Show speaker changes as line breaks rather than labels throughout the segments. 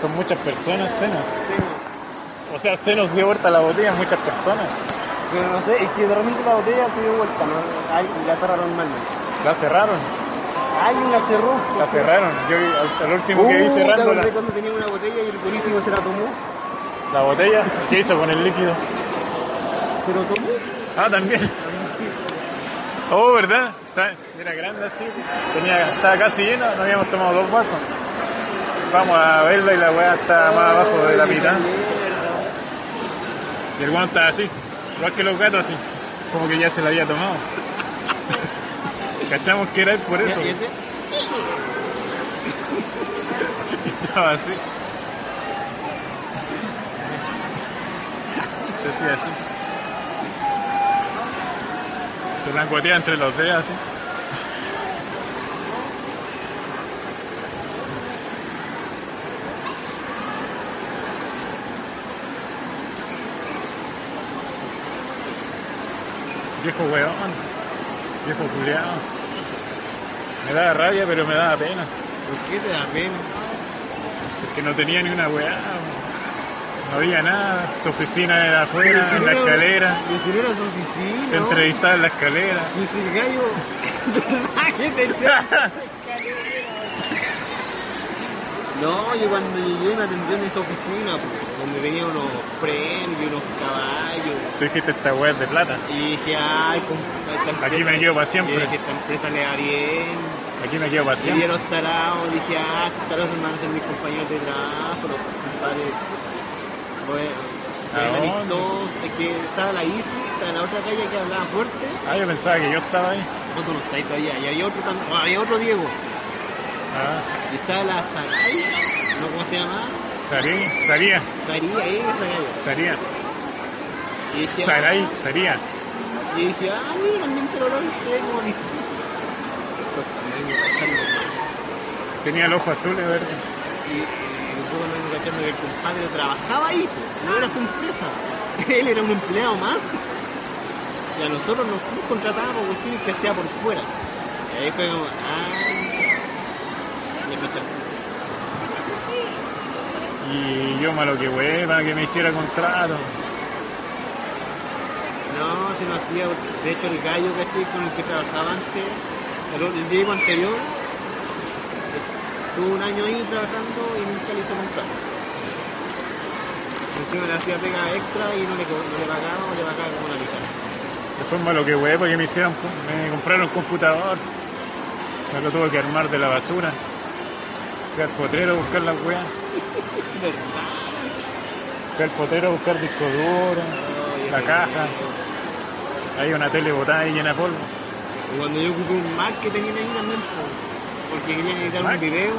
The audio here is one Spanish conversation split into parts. Son muchas personas, senos. O sea, senos dio vuelta la botella, muchas personas.
Pero no sé, es que de repente la botella se dio vuelta, ¿no? Ay, y la cerraron mal. ¿no?
La cerraron,
Alguien la cerró.
la cerraron. Yo vi al- al último que vi
Uh, ¿te
cerrando
acordás
la,
cuando tenía una botella y el purísimo se la tomó?
la botella, ¿qué hizo con el líquido?
¿Se lo tomó?
Ah, también. Oh, ¿verdad? Está- Era grande así. Tenía, estaba casi llena, no habíamos tomado dos vasos. Vamos a verla y la weá está más abajo de la mitad. Y el guano estaba así, igual que los gatos así. Como que ya se la había tomado. Cachamos que era él por eso.
¿Y ese?
Estaba así. Se hacía así. Se languetea entre los dedos así. Viejo weón, viejo culiao. Me daba rabia, pero me daba pena.
¿Por qué te da pena?
Que no tenía ni una weá, no había nada. Su oficina era
Pero
afuera,
si
en
no
la
era-
escalera.
Ah, pero si no era su oficina.
Te entrevistaba en la escalera.
Y si el gallo. ¿Verdad que te echó? No, yo cuando llegué me atendió en esa oficina, pues, donde tenía unos premios, unos caballos.
Tú dijiste esta weá es de plata.
Y dije, ay, con esta empresa.
Aquí me quedo pa' siempre.
Y dije, esta empresa le da bien.
Aquí me quedo
Y vi a
paseando.
los tarados, dije, ah, estos tarados van a ser mis compañeros de trabajo, los compadres. Bueno,
¿A
se ven
dónde?
amistosos. Es que estaba la ICI, estaba la otra calle que hablaba fuerte.
Ah, yo pensaba que yo estaba ahí.
No, tú no estás ahí todavía. Y había otro, tam- había otro Diego.
Ah,
Y estaba la Saray, no cómo se llama,
salí, salía,
Saría, esa gallo.
salía.
Y dije,
Sarai, salía.
ah, y dije, ah, mira, el ambiente olor se ve como vistoso. Pues también me cachando, hermano.
Tenía el ojo azul y verde.
y, y después cuando vengo cachando que el compadre trabajaba ahí, pues, no era su empresa. Él era un empleado más. Y a nosotros nos subcontratábamos cuestiones que hacía por fuera. Y ahí fue como, ah, me cacharon.
Y yo malo que wey, para que me hiciera contrato.
No, se lo hacía, porque, de hecho el gallo, caché, con el que trabajaba antes, el, el Diego anterior, estuvo un año ahí trabajando y nunca le hizo comprar. Encima le hacía pega extra y no le, co- no le pagaba o le pagaba como la mitad.
Después malo que wey, para que me hicieran, me compraron un computador. Me lo tuve que armar de la basura. Fui al potrero a buscar las weas.
¿Verdad?
Fui al potrero a buscar disco duro, la caja. Hay una tele botada ahí llena de polvo.
Y cuando yo ocupé un Mac que tenían ahí también, pues, porque querían editar
Mac.
un video,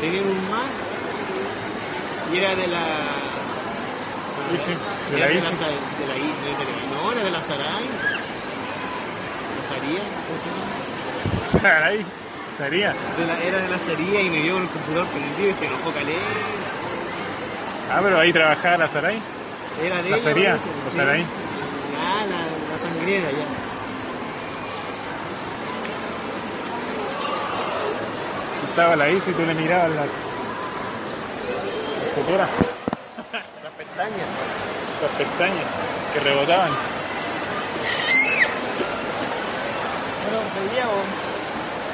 tenían un Mac y era de las
Easy, de
Era
la Easy.
Sa- de la I- de- de- no, era de la Saray. ¿O Saría? ¿Cómo se llama?
Saray, Saría.
De la- era de la Saría y me vio con el computador perdido y se enojó calé.
Ah, pero ahí trabajaba la Saray.
Era de
¿La
ella,
Saría?
parece,
¿O
sí.
Saray?
Ah, la, la sangriera ya.
Estaba la Easy y tú le mirabas las. las cotoras,
Las pestañas.
las pestañas que rebotaban.
Bueno, seguía o.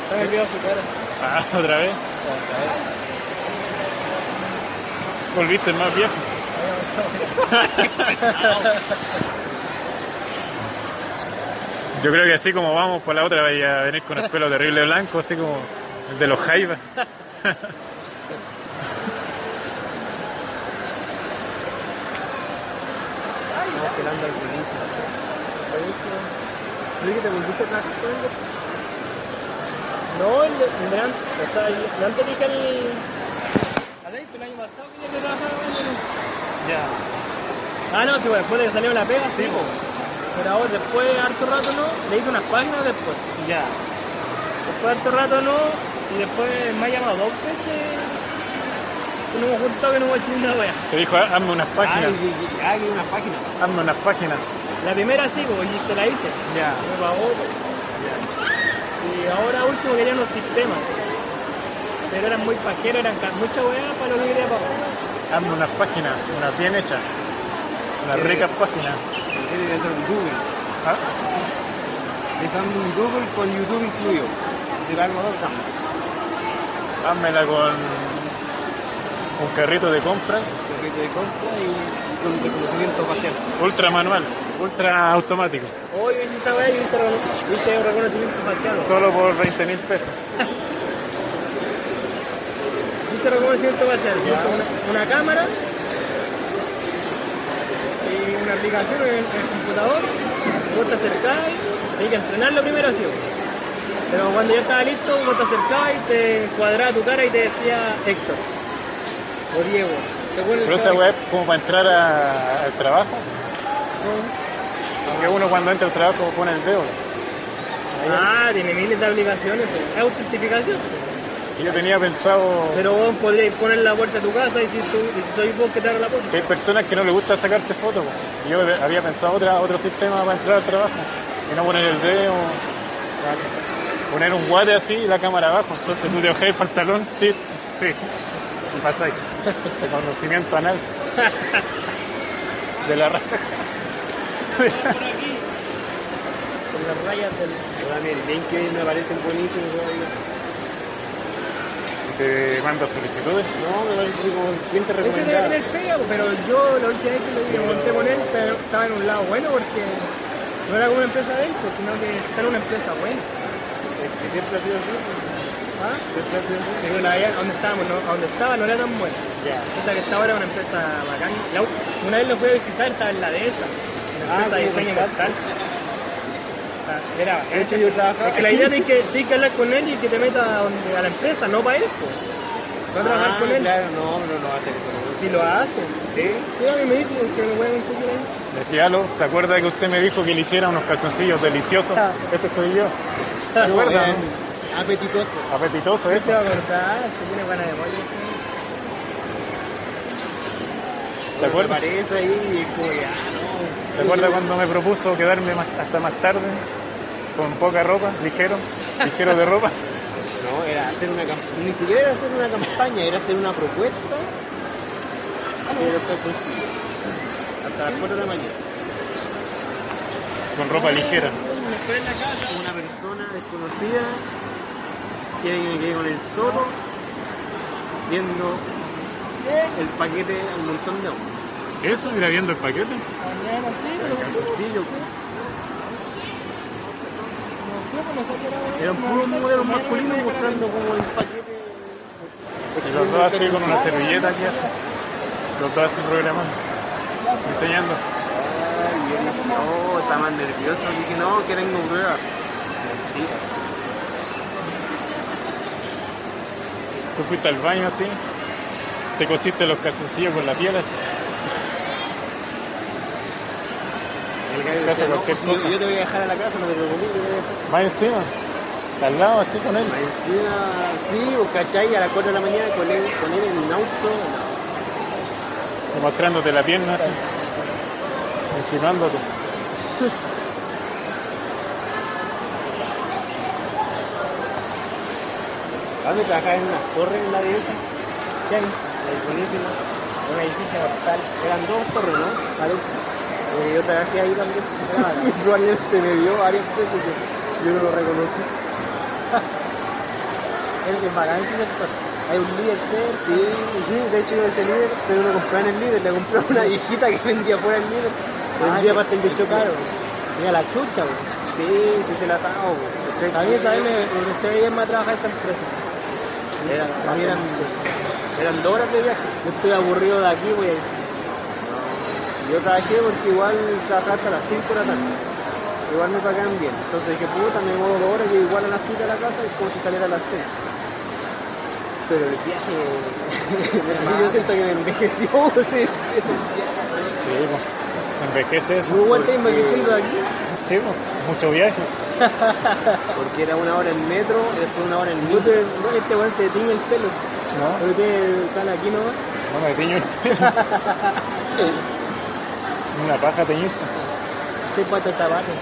Está nervioso su cara.
Ah, otra vez. Volviste más viejo. Yo creo que así como vamos por la otra, vaya a venir con el pelo terrible blanco, así como el de los Jaivas.
Estamos pelando al buenísimo. Buenísimo. ¿Crees que te volviste a trabajar con él?
No, el, el verano, o sea, yo- yo antes dije al, al aceite el año pasado que ya trabajaba en
Ya.
el- Ah, no, sí, bueno, después de que salió la pega,
Sí,
sí, pues. Pero ahora después, harto rato no, le hice unas páginas después.
Ya.
Después harto rato no, y después me ha llamado dos veces. Que no hemos juntado, que no hemos hecho una wea.
Te dijo, "Ah, hazme unas
Ay,
páginas.
y- y- ay, que una página.
Hazme unas páginas.
La primera sí, pues, y se la hice.
Ya.
Me pagó, pues. Y ahora último quería unos sistemas. Pero eran muy pajeros, eran ca- mucha wea para lo que quería pagar.
Hazme unas páginas, unas bien hechas. Unas
Sí.
ricas páginas.
Yo debe ser Google.
¿Ah?
Dejando un Google con YouTube incluido. Te pago dos camas.
Házmela con un carrito de compras
Servicio de compra y, y con reconocimiento facial.
ultra manual, ultra automático.
Hoy hice esa wea y hice, recono- hice un reconocimiento facial.
Solo por 20 mil pesos.
Hice reconocimiento facial. Hice una, una cámara y una aplicación en el, en el computador. Vos te acercabas, tenías que entrenarlo primero así. Pero cuando ya estaba listo, vos te acercabas y te cuadraba tu cara y te decía Héctor o Diego. Según el
Pero esa weá es como para entrar a- al trabajo. Porque uno cuando entra al trabajo pone el dedo.
Ah, tiene miles de aplicaciones. pues. Es autentificación.
Y yo tenía pensado
Pero vos podrías poner la puerta de tu casa y si, tú, y si sois vos que te abre la puerta.
que hay personas que no les gusta sacarse fotos. po. Y Yo había pensado otra, otro sistema para entrar al trabajo. Y no poner el dedo. Poner un guate así y la cámara abajo. Entonces tú te bajas el pantalón, tit, sí. Y pasáis. Reconocimiento anal. De la raja.
Con las rayas del...
Yo también, LinkedIn me parecen buenísimos.
Te manda solicitudes.
No, me parece como cliente
Ese debe
recomendado.
tener pega, pero yo la última vez que lo vi, me monté con él, pero estaba en un lado bueno porque no era como una empresa de él, pues, sino que está en una empresa buena.
Es que siempre ha sido así. pues.
¿ah?
Siempre ha sido así.
Pero la allá donde estábamos, no, a donde estaba no era tan buena.
Ya.
Esta que está ahora es una empresa bacán. La u- una vez lo fui a visitar, estaba en la dehesa, una
Ah,
empresa
como
de diseño
Mortal.
mortal. Era bacán.
Ese yo Ah, trabajaba.
Es que la idea es que tienes que hablar con él y que te meta a, donde- a la empresa, no para él, pues. No trabajar
Ah,
con él.
Claro, no, pero no va a hacer eso. ¿no?
Si lo hace.
¿Sí?
Sí, a mí me dijo que me voy a conseguir ahí.
Decía, "Aló, ¿se acuerda que usted me dijo que le hiciera unos calzoncillos deliciosos? Ese soy yo. ¿Se acuerda?
Bien.
no?
Apetitoso.
Apetitoso
Se
eso.
va a cortar, se tiene buena de pollo.
¿Se acuerda?
Aparece ahí y es como que, ah, no.
¿Se acuerda cuando me propuso quedarme más- hasta más tarde? Con poca ropa, ligero, ligero de ropa.
No, era hacer una campaña. Ni siquiera era hacer una campaña, era hacer una propuesta. Pero fue sencillo. Hasta las 4 de la mañana.
Con ropa ligera.
Después en la casa.
Una persona desconocida quiere que me quede con el soto viendo el paquete a un montón de agua.
¿Eso? ¿Mira viendo el paquete?
Mañana sí, pero no
Sencillo.
sé, no sé qué era.
Eran puros modelos masculinos mostrando como el paquete.
Y los dos así con una servilleta aquí así. Los dos así programando. Diseñando.
Ay, bien. No, está más nervioso. Dije, no, que tengo prueba. Mentira.
Tú fuiste al baño así. Te cosiste los calzoncillos pues, con la piel así.
El gallo
Casa
decía, no,
cualquier
si
cosa.
Yo te voy a dejar a la casa, no te preocupes. yo te voy a dejar.
Más encima. Al lado así con él.
Más Encima, Pues, sí, vos cachai, a las 4 de la mañana con él, con él en un auto. no.
Y mostrándote la pierna así. Insinuándote.
¿A dónde trabajabas en una torre en la dehesa? ¿Qué hay? Ahí, buenísimo. Un edificio mortal. Eran dos torres, ¿no? Parece. Eh, yo trabajé ahí también. Probablemente este me vio varias veces que yo no lo reconocí.
El que paga ese sector. Hay un líder ser.
Sí, sí, de hecho yo ese líder, pero no compré en el líder, le compré a una viejita que vendía fuera el líder. Vendía pastel de chocaro.
Mira la chucha, güey.
Sí, sí se la pago. güey.
A mí esa vez me ofreció bien más trabajar esa empresa.
Eran, para mí eran, eran dos horas de viaje.
Yo estoy aburrido de aquí, güey.
Yo trabajé porque igual trabajaba hasta las 5 de la tarde. Igual me pagaban bien. Entonces dije, puta, me muevo dos horas y igual a las 5 de la casa es como si saliera a las 6.
pero el viaje.
Yo siento que me envejeció, sí, es un
Sí, pues. Envejece eso.
Uruguay está envejeciendo aquí.
Sí, pues. Mucho viaje.
Porque era una hora en metro y después una hora en
Yo
micro.
te- bueno, este weón se tiñe el pelo.
No,
Pero ustedes están aquí nomás.
no me tiño el pelo. Una paja teñirse.
Soy pata de zapatos.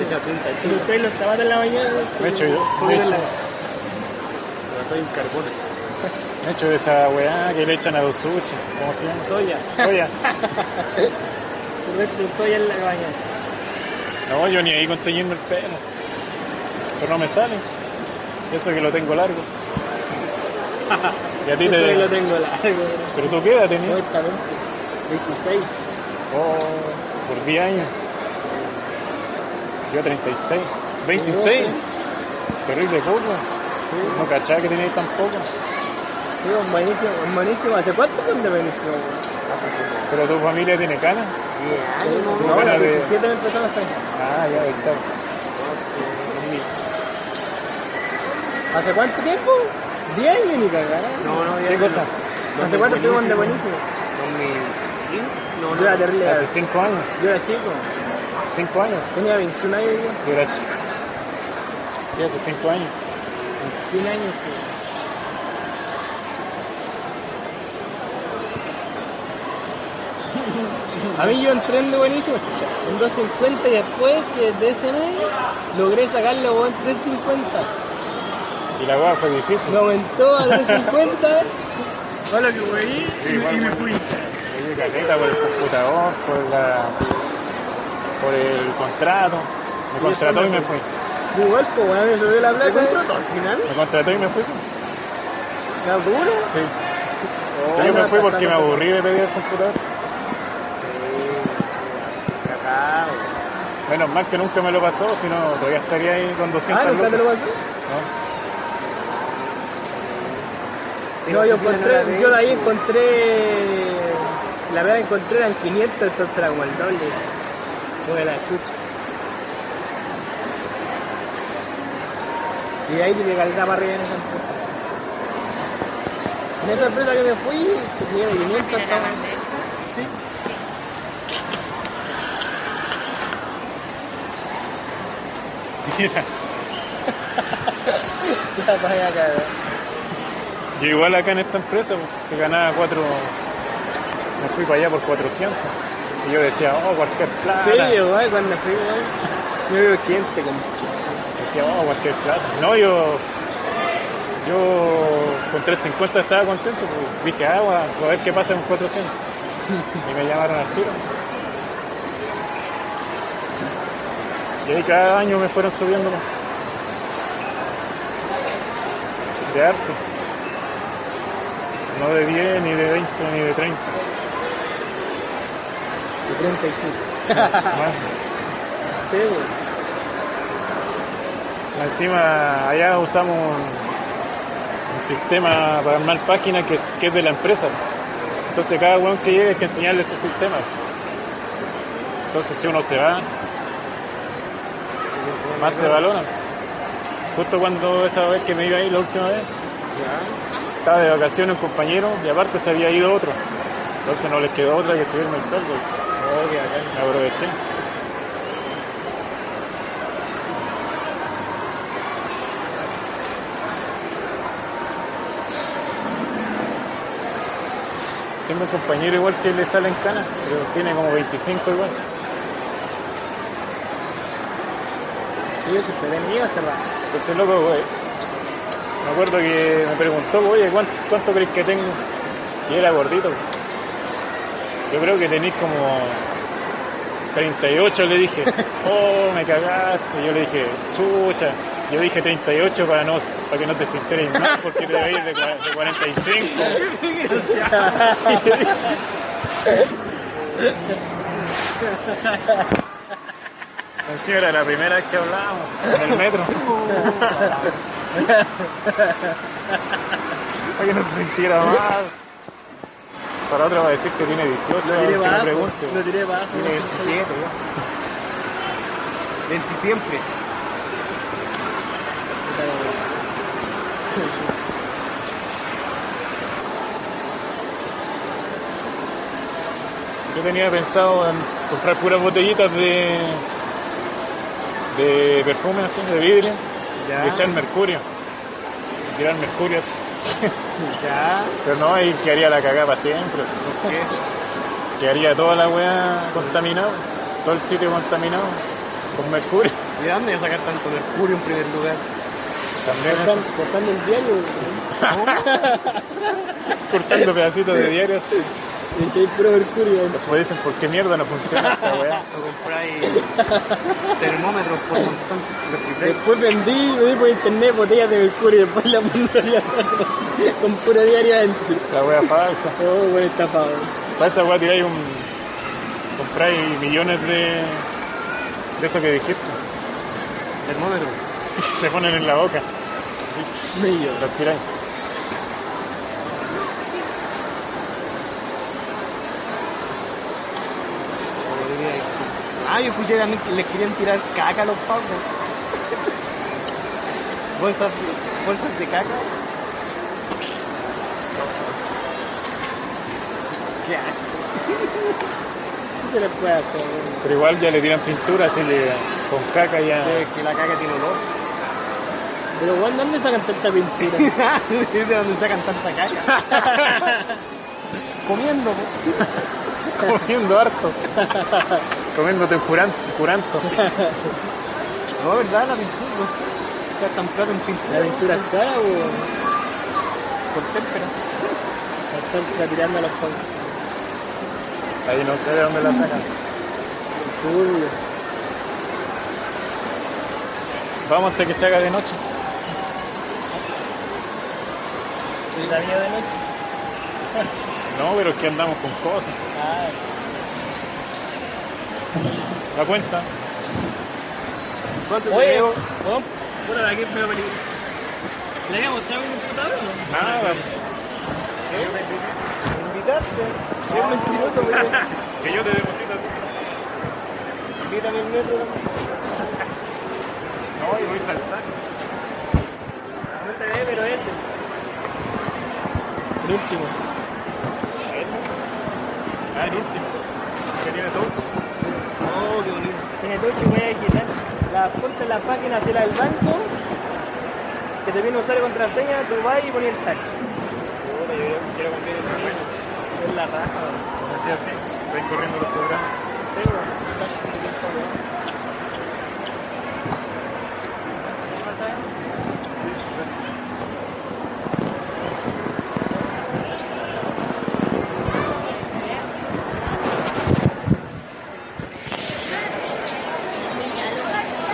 Echa tinta,
Si
chido.
ustedes los zapatos en la mañana.
De hecho, yo-
¿cómo
de
ven
hecho.
la-
Pero soy un carbón.
De hecho, de esa weá que le echan a los sushi. ¿Cómo se llama?
Soya.
Soya.
Silvestre soya en la mañana.
No, yo ni ahí con teñirme el pelo. Pero no me sale. Eso que lo tengo largo. Y a ti
Eso que lo
te...
tengo largo.
Pero tú quédate,
No,
¿no?
esta vez. 26.
Oh, por 10 años. Yo 36. 26. Terrible poco. No cachaba que tenéis tan poco.
Sí, es buenísimo, es buenísimo. ¿Hace cuánto que de buenísimo?
Hace como
Pero tu familia tiene canas.
10 años, ¿no?
No,
No, a los
espérate.
17 me empezaba a salir.
Ah, ya, verdad.
¿Hace cuánto tiempo? 10 años ni cagada.
No, no,
¿Qué cosa?
¿Hace cuánto que de buenísimo?
2005. No,
Yo era
no.
terrible.
Hace 5 años.
Yo era chico.
5 años.
Tenía 21 años. yo.
Yo era chico. Sí, hace 5 años.
21 años. pues. A mí yo entré en de buenísimo, chucha, en 250 y después que de ese mes logré sacarle weón, 350.
Y la weá fue difícil.
Me aumentó a 350.
Hola, que güey. y me fui. Oye, caleta por el computador, por la. por el contrato. Me contrató y me fui.
Igual, pues, weón, me subió la
¿Te
plata.
contrató al final?
Me contrató y me fui.
Ah, ¿La dura? Oh,
Sí. Yo me fui porque me aburrí de pedir el computador.
Sí. Cagado.
Menos mal que nunca me lo pasó, si no todavía estaría ahí con 200
Ah, nunca
lucas.
te lo pasó.
No.
No,
Sí, la
yo encontré,
de-
yo de ahí encontré, la verdad encontré eran 500, entonces era como el doble. Fue la chucha. Y de ahí llegué a la barriga en esa empresa. En esa empresa que me fui, se tenía de 500 hasta... Sí.
Mira,
La paga cara.
yo igual acá en esta empresa pues, se ganaba 4. Me fui para allá por 400. Y yo decía, oh, cualquier plata.
Sí, yo, güey, cuando fui, güey. Yo veo gente con
Decía, oh, cualquier plata. No, yo. Yo con 350 estaba contento, pues, dije, ah, bueno, a ver qué pasa con 400. Y me llamaron al tiro. Y ahí cada año me fueron subiendo más. De harto. No de 10, ni de 20, ni de 30.
de 35.
Más.
Sí, güey.
Encima allá usamos un, un sistema para armar páginas que es, que es de la empresa. Entonces cada weón que llegue hay que enseñarle ese sistema. Entonces si uno se va, más te valoran. Justo cuando esa vez que me iba ahí la última vez, estaba de vacaciones un compañero y aparte se había ido otro. Entonces no les quedó otra que subirme el sueldo. Me aproveché. Tengo un compañero igual que le sale en cana, pero tiene como 25 igual.
Sí, yo siempre tenía cerrado.
Entonces, loco, güey. Me acuerdo que me preguntó, oye, ¿cuánto, cuánto crees que tengo? Y era gordito. güey. Yo creo que tenéis como 38, le dije. Oh, me cagaste. Yo le dije, chucha. Yo dije 38 para, no, para que no te sintieras mal, porque te iba a ir de, cua- de 45. Encima era la primera vez que hablábamos en el metro. Para que no se sintiera mal. Para otra va a decir que tiene 18,
Lo tiré
que
para
no
abajo.
pregunte.
Lo tiré para abajo.
Tiene 27, ya. 20 siempre.
Yo tenía pensado en comprar puras botellitas de, de perfume así, de vidrio,
Ya.
y echar mercurio. Y tirar mercurio así.
Ya.
Pero no, ahí quedaría la cagada para siempre.
¿Por qué?
Quedaría toda la weá contaminada, todo el sitio contaminado con mercurio.
¿De dónde voy a sacar tanto mercurio en primer lugar?
También eso.
Cortan- cortando el diario
cortando pedacitos de diarios.
y echáis puro mercurio.
Después dicen, ¿por qué mierda no funciona esta weá?
Lo compráis termómetros por montón. Lo compráis
Después vendí, vendí por internet botellas de mercurio y después la mandé a la con puro diario adentro.
La weá falsa.
Oh, buen estafado.
Para esa weá tiráis un. compráis millones de. de eso que dijiste,
termómetro.
que se ponen en la boca,
Medio.
los tiráis.
como diría esto. Ah, yo escuché también que les querían tirar caca a los pavos. bolsas, de, bolsas de caca. Qué asco.
¿Qué se le puede hacer? weón?
Pero igual ya le tiran pintura así le, con caca ya.
Es que la caca tiene olor.
Pero, weón, ¿dónde sacan tanta pintura?
Dice dónde sacan tanta caca. Comiendo, po.
comiendo harto. Comiéndote curanto. curanto.
No, ¿verdad? La pintura, no sé. Gastan plata en
La
pintura
pintura es cara, weón.
con témpera.
Para estarse tirando a los pavos.
Ahí no sé de dónde la sacan.
Fútbol.
Vamos hasta que se haga de noche.
La vida de noche.
No, pero es que andamos con cosas.
Ah,
La cuenta.
¿Cuánto te
Oye,
debo?
weón, bueno, la que es medio peligrosa. ¿Le había mostrado mi computadora o no?
Nada.
Invitaste. Es mentiroso, pero
Que yo te deposito a ti.
invítame el metro también.
No, y voy a saltar.
No se ve, pero ese.
el último.
Ah, el último. Que tiene touch.
Oh, qué bonito. Tiene todo y voy a digital. La puerta de la página será el banco. Que te viene a usar contraseña, tú vas y pones el touch.
Quiero cumplir esa cuenta.
Es la raja, weón.
Así así. Estoy corriendo los programas.
Sí, weón.